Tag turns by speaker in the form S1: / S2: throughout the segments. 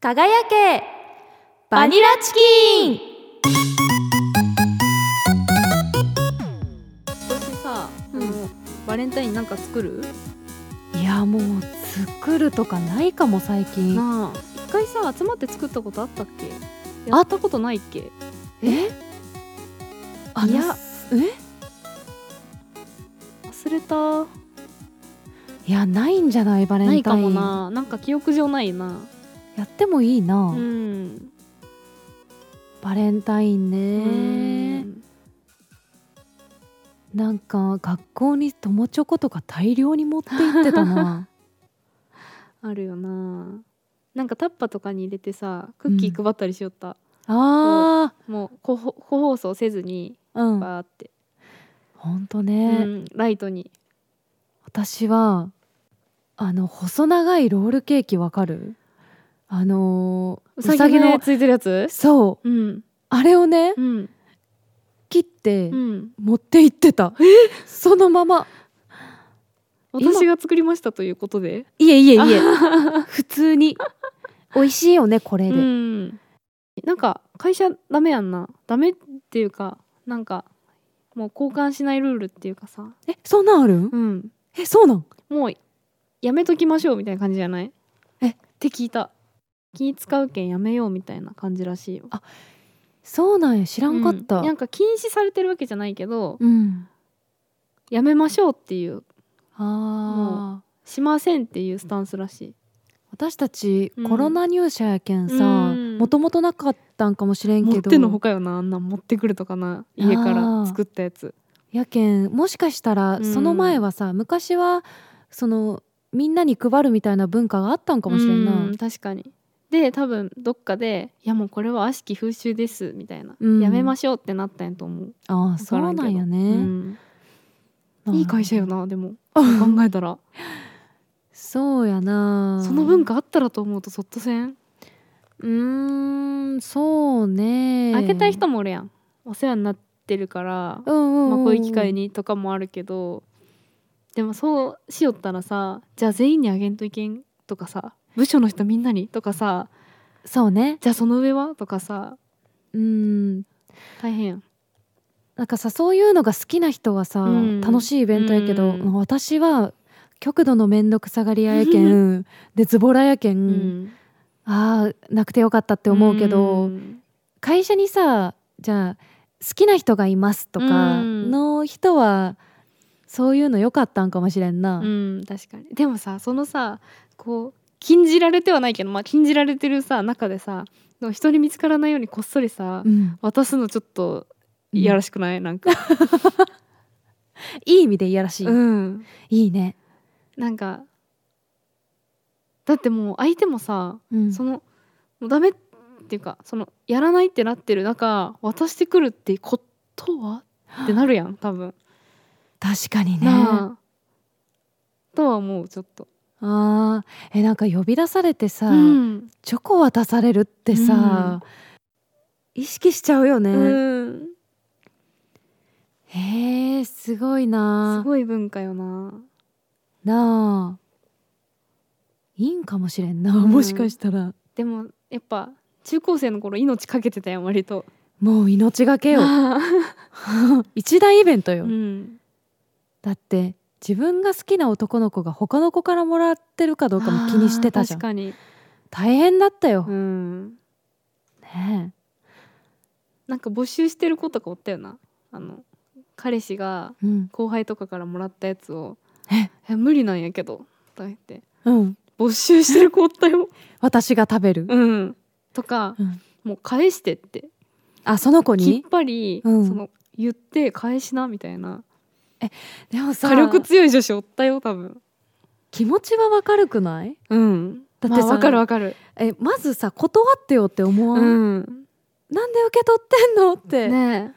S1: 輝けバニラチキン
S2: 私さ、
S1: うん
S2: あのバレンタインなんか作る
S1: いやもう作るとかないかも最近
S2: なあ一回さ集まって作ったことあったっけ
S1: あ
S2: やったことないっけ
S1: えあ
S2: い
S1: の
S2: や
S1: え
S2: 忘れた
S1: いやないんじゃないバレンタ
S2: な
S1: イン
S2: いかもななんか記憶上ないな
S1: やってもいいな、
S2: うん
S1: バレンタイン
S2: う
S1: ね
S2: ん
S1: なんか学校に友チョコとか大量に持って行ってた な
S2: あるよななんかタッパとかに入れてさクッキー配ったりしよった、
S1: あ
S2: もう個包個包装せずに
S1: ーうん
S2: バーって、
S1: ほんと
S2: う
S1: ね、
S2: んライトに
S1: 私はあの細長いロールケーキわかるあのー
S2: うさぎの
S1: う
S2: ついてるやつ
S1: そう
S2: うん
S1: あれをね
S2: うん
S1: 切って
S2: うん
S1: 持って行ってた、そのまま今
S2: 私が作りましたということで
S1: いえいえいえ普通に美味しいよねこれで、
S2: うん、なんか会社ダメやんなダメっていうかなんかもう交換しないルールっていうかさ、
S1: えそんなんあるん
S2: うん、
S1: えそうなん
S2: もうやめときましょうみたいな感じじゃない
S1: え
S2: って聞いた気使うけんやめようみたいな感じらしいよ
S1: あそうなんや知らんかった
S2: うんなんか禁止されてるわけじゃないけど、
S1: うん、
S2: やめましょうっていう
S1: ああ
S2: しませんっていうスタンスらしい
S1: 私たち
S2: うん
S1: コロナ入社やけんさ
S2: うん
S1: もともとなかったんかもしれん
S2: 持
S1: け
S2: っ
S1: ど
S2: てのほかよなあんなん持ってくるとかな家か
S1: あー
S2: ら作ったやつ
S1: やけんもしかしたら
S2: うん
S1: その前はさ、昔はそのみんなに配るみたいな文化があったんかもしれんな
S2: うん確かにで多分どっかで「いやもうこれは悪しき風習です」みたいな、
S1: うん
S2: やめましょうってなったんやと思う、
S1: ああ
S2: わ
S1: そ
S2: から
S1: うん
S2: け
S1: な
S2: ど
S1: んやね、
S2: うんいい会社よなでも考えたら
S1: そうやな
S2: その文化あったらと思うとそっとせん、
S1: うーんそうね
S2: 開けたい人もおるやんお世話になってるから、
S1: うんうんうん、
S2: まあ、こういう機会にとかもあるけどでもそうしよったらさじゃあ全員にあげんといけんとかさ部署の人みんなにとかさ
S1: そうね
S2: じゃあその上はとかさ
S1: うん
S2: 大変やん
S1: なんかさそういうのが好きな人はさ、
S2: うん
S1: 楽しいイベントやけど、
S2: うん
S1: もう私は極度の面倒くさがり屋やけん でズボラやけん、
S2: うんっ
S1: ああなくてよかったって思うけど、会社にさじゃあ好きな人がいますとか
S2: うん
S1: の人はそういうの良かったんかもしれんな、
S2: うん確かにでもさそのさこう禁じられてはないけど、まあ、禁じられてるさ中でさの人に見つからないようにこっそりさ、
S1: うん
S2: 渡すのちょっといやらしくないなんか、
S1: いい意味でいやらしい、
S2: うん、
S1: いいね、
S2: なんかだってもう相手もさ、
S1: うん
S2: そのもうダメっていうかそのやらないってなってる中渡してくるってことはってなるやん多分。
S1: 確かにねあ
S2: なあとはもうちょっと。
S1: あーえなんか呼び出されてさ、
S2: うん
S1: チョコ渡されるってさ、意識しちゃうよね、
S2: うん
S1: へえすごい
S2: す
S1: な
S2: ごい文化よな。
S1: なあいいんかもしれんな、
S2: うん
S1: もしかしたら
S2: でもやっぱ中高生の頃命かけてたやん割と。
S1: もう命がけよ一大イベントよ、
S2: うん、
S1: だって自分が好きな男の子が他の子からもらってるかどうかも気にしてたじゃ
S2: あー確
S1: ん
S2: かに、
S1: 大変だったよ、
S2: うん、
S1: ね
S2: なんか募集してる子とかおったよなあの彼氏が
S1: えうん
S2: 後輩とかからもらったやつを「
S1: え
S2: 無理なんやけど」とか言って
S1: うん
S2: 募集してる子おったよ。
S1: 私が食べる、
S2: うん、とか、
S1: うん
S2: もう返してって
S1: あその子
S2: き
S1: に
S2: っぱり、
S1: うん
S2: その言って返しなみたいな
S1: でもさ
S2: 火力強い女子おったよ多分。
S1: 気持ちはわかるくない
S2: うん、
S1: だってさ
S2: まあわかるわかる。
S1: えまずさ断ってよって思わん、
S2: うん
S1: なんで受け取ってんのって、
S2: ね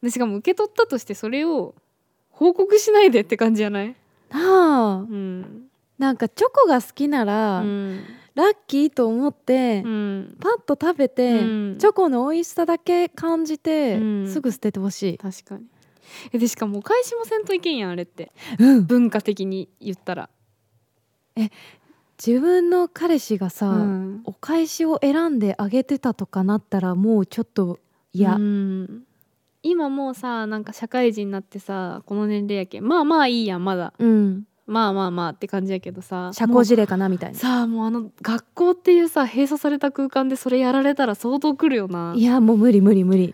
S2: えでしかも受け取ったとしてそれを報告しないでって感じじゃない
S1: なあ
S2: うん
S1: なんかチョコが好きな
S2: う
S1: ら、
S2: ん
S1: ラッキーと思って、
S2: うん
S1: パッと食べて、
S2: うん
S1: チョコの美味しさだけ感じて、
S2: うん
S1: すぐ捨ててほしい、
S2: 確かにえでしかもお返しもせんといけんやんあれって
S1: うん、
S2: 文化的に言ったら
S1: 自分の彼氏がさ、
S2: うん
S1: お返しを選んであげてたとかなったらもうちょっと嫌、
S2: うん今もうさなんか社会人になってさこの年齢やけんまあまあいいやんまだ
S1: うん、
S2: まあまあまあって感じやけどさ
S1: 社交辞令かなみたい
S2: もう
S1: な
S2: さあもうあの学校っていうさ閉鎖された空間でそれやられたら相当くるよない
S1: やもう無理無理無理
S2: い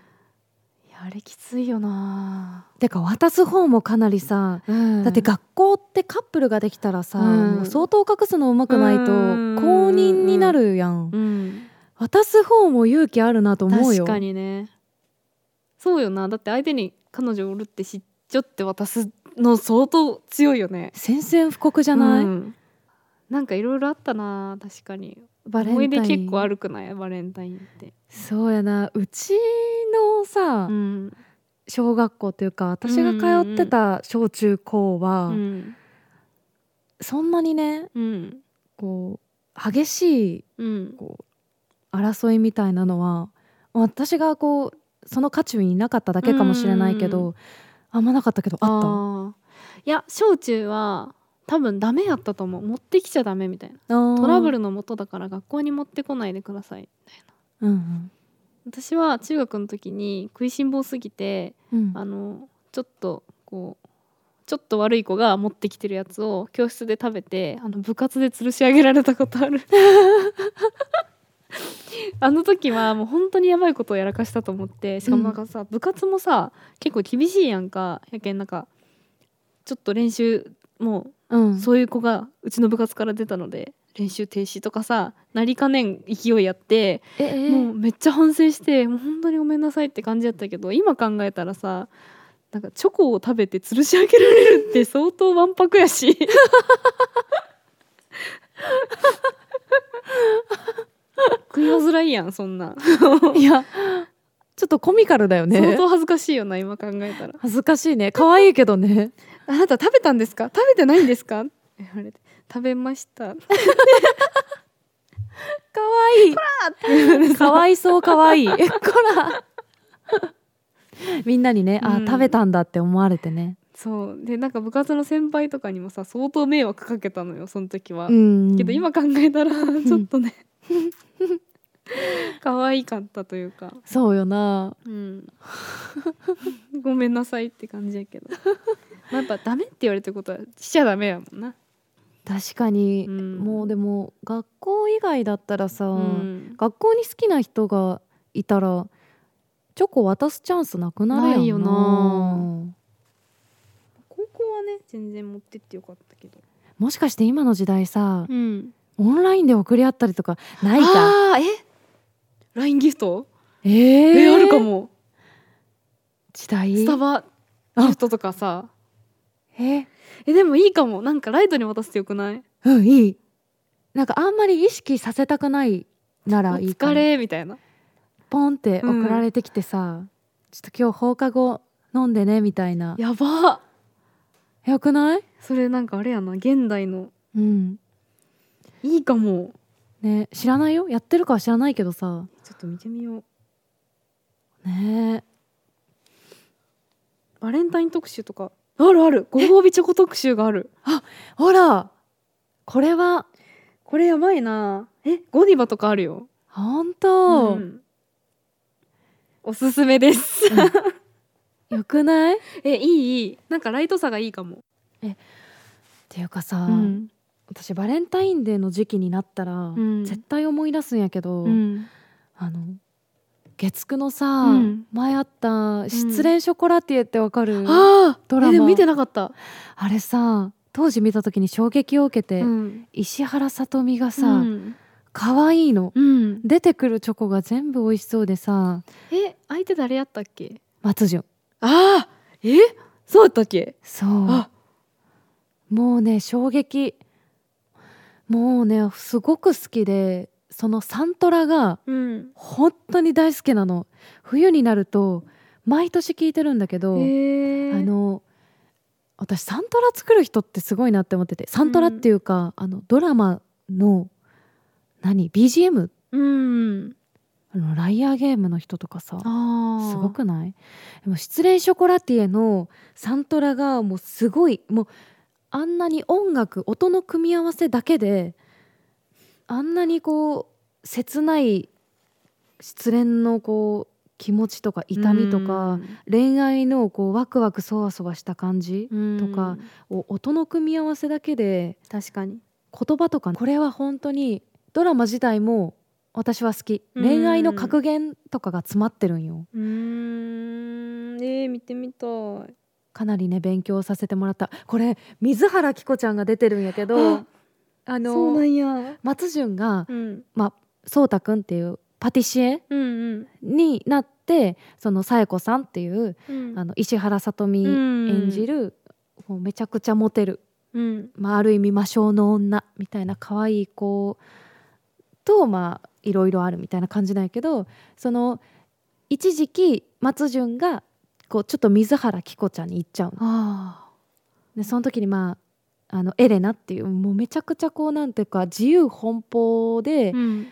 S2: やあれきついよな、
S1: てか渡す方もかなりさ、
S2: うん
S1: だって学校ってカップルができたらさ、
S2: うん
S1: もう相当隠すのうまくないと
S2: う
S1: 公
S2: ん
S1: 認になるやん、
S2: うん
S1: 渡す方も勇気あるなと思うよ
S2: 確かにねそうよなだって相手に彼女おるって知っちゃって渡すの相当強いよね
S1: 宣戦布告じゃない、
S2: うんなんかいろいろあったな確かに
S1: バレンタイン
S2: 思い出結構あるくないバレンタインって
S1: そうやなうちのさ、
S2: うん、
S1: 小学校というか私が通ってた小中高は、
S2: うん
S1: そんなにね
S2: うん
S1: こう激しい
S2: うん
S1: こう争いみたいなのは私がこうその渦中にいなかっただけかもしれないけ
S2: うんうん
S1: ど、あんまなかったけどあったあ
S2: あーいや小中は多分ダメやったと思う持ってきちゃダメみたいな
S1: ー
S2: トラブルのもとだから学校に持ってこないでください
S1: うん
S2: 私は中学の時に食いしん坊すぎて
S1: うんうん
S2: あのちょっとこうちょっと悪い子が持ってきてるやつを教室で食べてあの部活で吊るし上げられたことあ るあの時はもう本当にやばいことをやらかしたと思ってしかもなんかさ、部活もさ結構厳しいやんかやけんなんかちょっと練習も
S1: うん
S2: うそういう子がうちの部活から出たので練習停止とかさなりかねん勢いやって
S1: ええ
S2: もうめっちゃ反省してもう本当にごめんなさいって感じやったけど今考えたらさなんかチョコを食べて吊るし上げられるって相当わんぱくやし食いわづらいやんそんな、
S1: いやちょっとコミカルだよ
S2: 相
S1: ね
S2: 当恥ずかしいよな今考えたら
S1: 恥ずかしいね可愛いけどね
S2: 「あなた食べたんですか食べてないんですか?」って言われて「食べました」
S1: 可愛いかわいそうか わいいえこらみんなにね、
S2: うん
S1: あ食べたんだって思われてね
S2: そうでなんか部活の先輩とかにもさ相当迷惑かけたのよその時は。
S1: うん
S2: けど今考えたらちょっとね 可愛かったというか、
S1: そうよな
S2: うん、 ごめんなさいって感じや けど、まあ、やっぱダメって言われてることはしちゃダメやもんな、
S1: 確かに、
S2: うん
S1: もうでも学校以外だったらさ、
S2: うん
S1: 学校に好きな人がいたらチョコ渡すチャンスなくなるやん
S2: ないよな高校はね全然持ってってよかったけど、
S1: もしかして今の時代さ、
S2: うん、
S1: オンラインで送り合ったりとかないか
S2: あーえ LINE ギフト
S1: えー
S2: えあるかも
S1: 時代
S2: スタバギフトとかさ
S1: えー
S2: えでもいいかもなんかライトに渡してよくない
S1: うんいいなんかあんまり意識させたくないな
S2: お
S1: らいいかも
S2: 疲れみたいな
S1: ポンって送られてきてさ、ちょっと今日放課後飲んでねみたいな
S2: やばっ
S1: よくない
S2: それなんかあれやな現代の
S1: うん
S2: いいかも
S1: ね知らないよやってるかは知らないけどさ
S2: ちょっと見てみよう
S1: ね
S2: バレンタイン特集とかあるあるご褒美チョコ特集がある
S1: ほらこれは
S2: これやばいなえゴディバとかあるよ
S1: 本当、
S2: んおすすめです
S1: よくないっ
S2: えいいいいなんかライトさがいいかも
S1: ていうかさ、
S2: うん
S1: 私バレンタインデーの時期になったら、
S2: ん
S1: 絶対思い出すんやけど、
S2: うん
S1: あの月9のさ、
S2: うん
S1: 前あった「失恋ショコラティエ」ってわかる、
S2: ああ
S1: ドラマ
S2: えでも見てなかった
S1: あれさ当時見た時に衝撃を受けて、
S2: うん
S1: 石原さとみが
S2: う
S1: さ
S2: ん
S1: 可愛、いの
S2: うん
S1: 出てくるチョコが全部美味しそうでさ
S2: え相手誰やったっけ
S1: 松潤
S2: ああえそうやったっけ
S1: そうもうね衝撃もうねすごく好きでそのサントラが
S2: うん
S1: 本当に大好きなの冬になると毎年聞いてるんだけ
S2: え
S1: ど、
S2: ー、
S1: あの私サントラ作る人ってすごいなって思っててサントラっていうか、あのドラマの何 BGM
S2: うん
S1: あのライアーゲームの人とかさ
S2: ああ
S1: すごくないでも失恋ショコラティエのサントラがもうすごいもうあんなに音楽音の組み合わせだけであんなにこう切ない失恋のこう気持ちとか痛みとか、恋愛のこうワクワクそわそわした感じ
S2: うん
S1: とかを音の組み合わせだけで
S2: 確かに
S1: 言葉とかこれは本当にドラマ自体も私は好き
S2: うん
S1: 恋愛の格言とかが詰まってるんよ
S2: うーんえー、見てみたい
S1: かなりね勉強させてもらったこれ水原希子ちゃんが出てるんやけど
S2: あ
S1: あ
S2: そうな
S1: の
S2: んや、
S1: 松潤が
S2: うん、
S1: そうたくんっていうパティシエ
S2: うん
S1: になってその紗栄子さんっていう
S2: うん
S1: あの石原さとみ演じ
S2: る、
S1: る、もうめちゃくちゃモテる、
S2: うん
S1: まあ、ある意味魔性の女みたいな可愛い子とまあいろいろあるみたいな感じなんやけどその一時期松潤がこうちょっと水原希子ちゃんに行っちゃうの
S2: あ
S1: でその時にまああのエレナっていうもうめちゃくちゃこうなんていうか自由奔放で
S2: ー、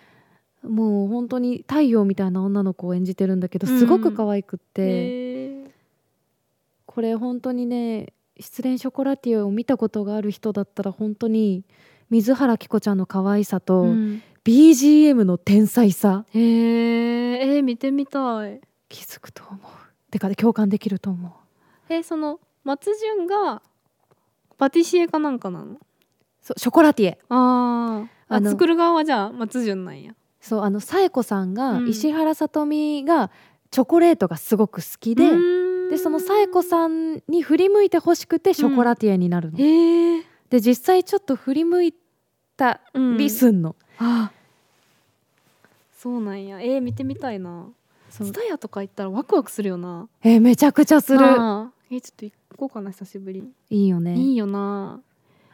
S2: うん、
S1: もう本当に太陽みたいな女の子を演じてるんだけど
S2: うん
S1: すごく可愛くって。
S2: えー
S1: これ本当にね失恋ショコラティエを見たことがある人だったら本当に水原希子ちゃんの可愛さと、
S2: うん、
S1: BGM の天才さ
S2: えー、えー、見てみたい
S1: 気づくと思うてか共感できると思う
S2: えその松潤がパティシエかなんかなの
S1: そうショコラティエ
S2: あー
S1: あ
S2: あ
S1: の
S2: 作る側はじゃあ松潤なんや
S1: そうあの紗栄子さんが、
S2: うん
S1: 石原さとみがチョコレートがすごく好きで、でその紗栄子
S2: ん
S1: さんに振り向いてほしくてショコラティエになるの、
S2: えー、
S1: で実際ちょっと振り向いた
S2: うん
S1: りすんの、
S2: あそうなんやえー、見てみたいな
S1: そう
S2: スタヤとか行ったらワクワクするよな
S1: えめちゃくちゃする
S2: なあえー、ちょっと行こうかな久しぶりに、
S1: いいよね
S2: いいよな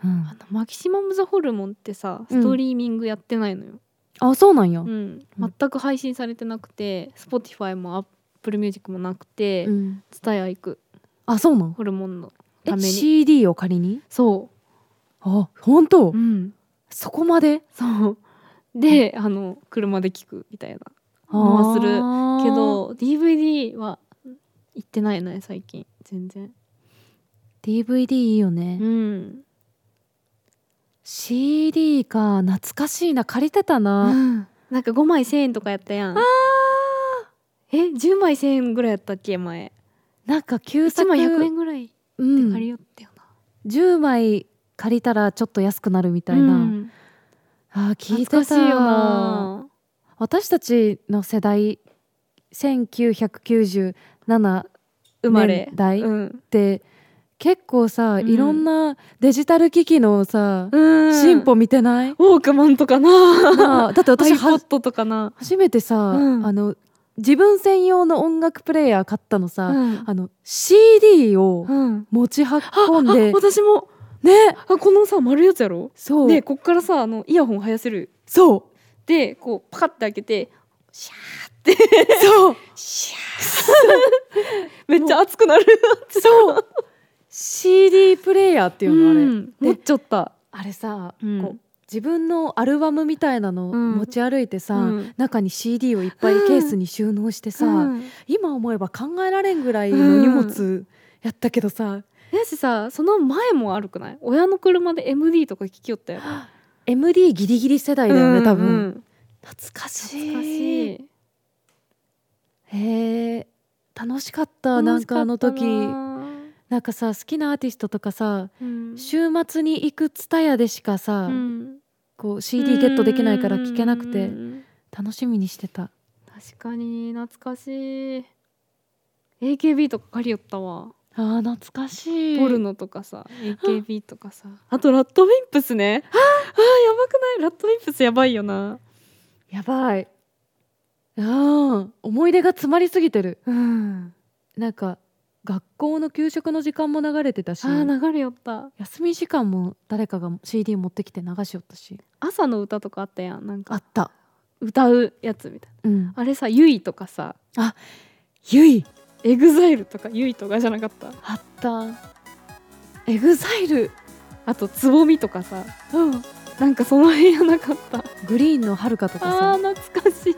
S1: うん
S2: あのマキシマム・ザ・ホルモンってさ
S1: うん
S2: ストリーミングやってないのよ、
S1: あそうなんや、
S2: うん全く配信されてなくて Spotify も AppleMusic もなくて、
S1: うん
S2: ツタヤ行く
S1: あそうなん
S2: ホルモンの
S1: え
S2: ために
S1: CD を仮に
S2: そ
S1: あ本当、
S2: ううん
S1: そこまで
S2: そうであの車で聞くみたいなのはするけど DVD は行ってないね最近全然
S1: DVD いいよね、
S2: うん、
S1: CD か懐かしいな借りてた
S2: う
S1: な、
S2: んなんか5枚1000円とかやったやんえ10枚1000円ぐらいやったっけ前
S1: なんか旧
S2: 1
S1: 作
S2: 枚100円ぐらいで
S1: うん
S2: 借りよったよな、
S1: 10枚借りたらちょっと安くなるみたいな、
S2: うん
S1: あー聞いてた
S2: 懐かしいよな
S1: 私たちの世代1997
S2: 生まれ
S1: 年代っ
S2: うん
S1: て結構さ、
S2: うん
S1: いろんなデジタル機器のさ、
S2: うん
S1: 進歩見てない
S2: ウォークマンとかな
S1: なあだって 私は
S2: iPod とかな、
S1: 初めてさ、
S2: うん
S1: あの自分専用の音楽プレイヤー買ったのさ、
S2: うん
S1: あの CD を
S2: うん
S1: 持ち運ん
S2: あ
S1: で
S2: 私も
S1: ね
S2: あこのさ丸いやつやろ
S1: そう、
S2: でこっからさあのイヤホン生やせる
S1: そう
S2: でこうパカッて開けて
S1: そう
S2: シャーめっちゃ熱くなる
S1: そう CD プレイヤーっていうのあれ、
S2: うん持っちゃった
S1: あれさ、
S2: うん
S1: こう自分のアルバムみたいなのを
S2: うん
S1: 持ち歩いてさ、
S2: うん
S1: 中に CD をいっぱいケースに収納してさ、
S2: うん
S1: 今思えば考えられんぐらいの荷
S2: う
S1: 物やったけどさ、
S2: だしさその前も悪くない親の車で MD とか聞きよったよ
S1: MD ギリギリ世代だよね、多分、
S2: うんうん
S1: 懐かしい
S2: 懐かしい
S1: へえ楽しかったな
S2: 楽
S1: ん
S2: しか
S1: か
S2: った
S1: あの時
S2: な
S1: なんかさ好きなアーティストとかさ
S2: うん
S1: 週末に行くツタヤでしかさ、
S2: うん
S1: こう CD ゲットできないから聴けなく
S2: う
S1: て
S2: ん
S1: 楽しみにしてた
S2: 確かに懐かしい AKB とか借りよったわ
S1: あー懐かしい
S2: ポルノとかさ AKB とかさあとラッドウィンプスねああやばくないラッドウィンプスやばいよな
S1: やばいあー思い出が詰まりすぎてる
S2: うん
S1: なんか学校の給食の時間も流れてたし
S2: ああ流れよった
S1: 休み時間も誰かが CD 持ってきて流しよったし
S2: 朝の歌とかあったやんなん
S1: あ
S2: か
S1: った
S2: 歌うやつみたい
S1: うん
S2: なあれさユイとかさ
S1: ゆい
S2: エグザイルとかユイとかじゃなかった
S1: あったエグザイル
S2: あとつぼみとかさ
S1: うん
S2: なんかその辺やなかった
S1: グリーンのはるかとか
S2: あ
S1: さ
S2: ー懐かしい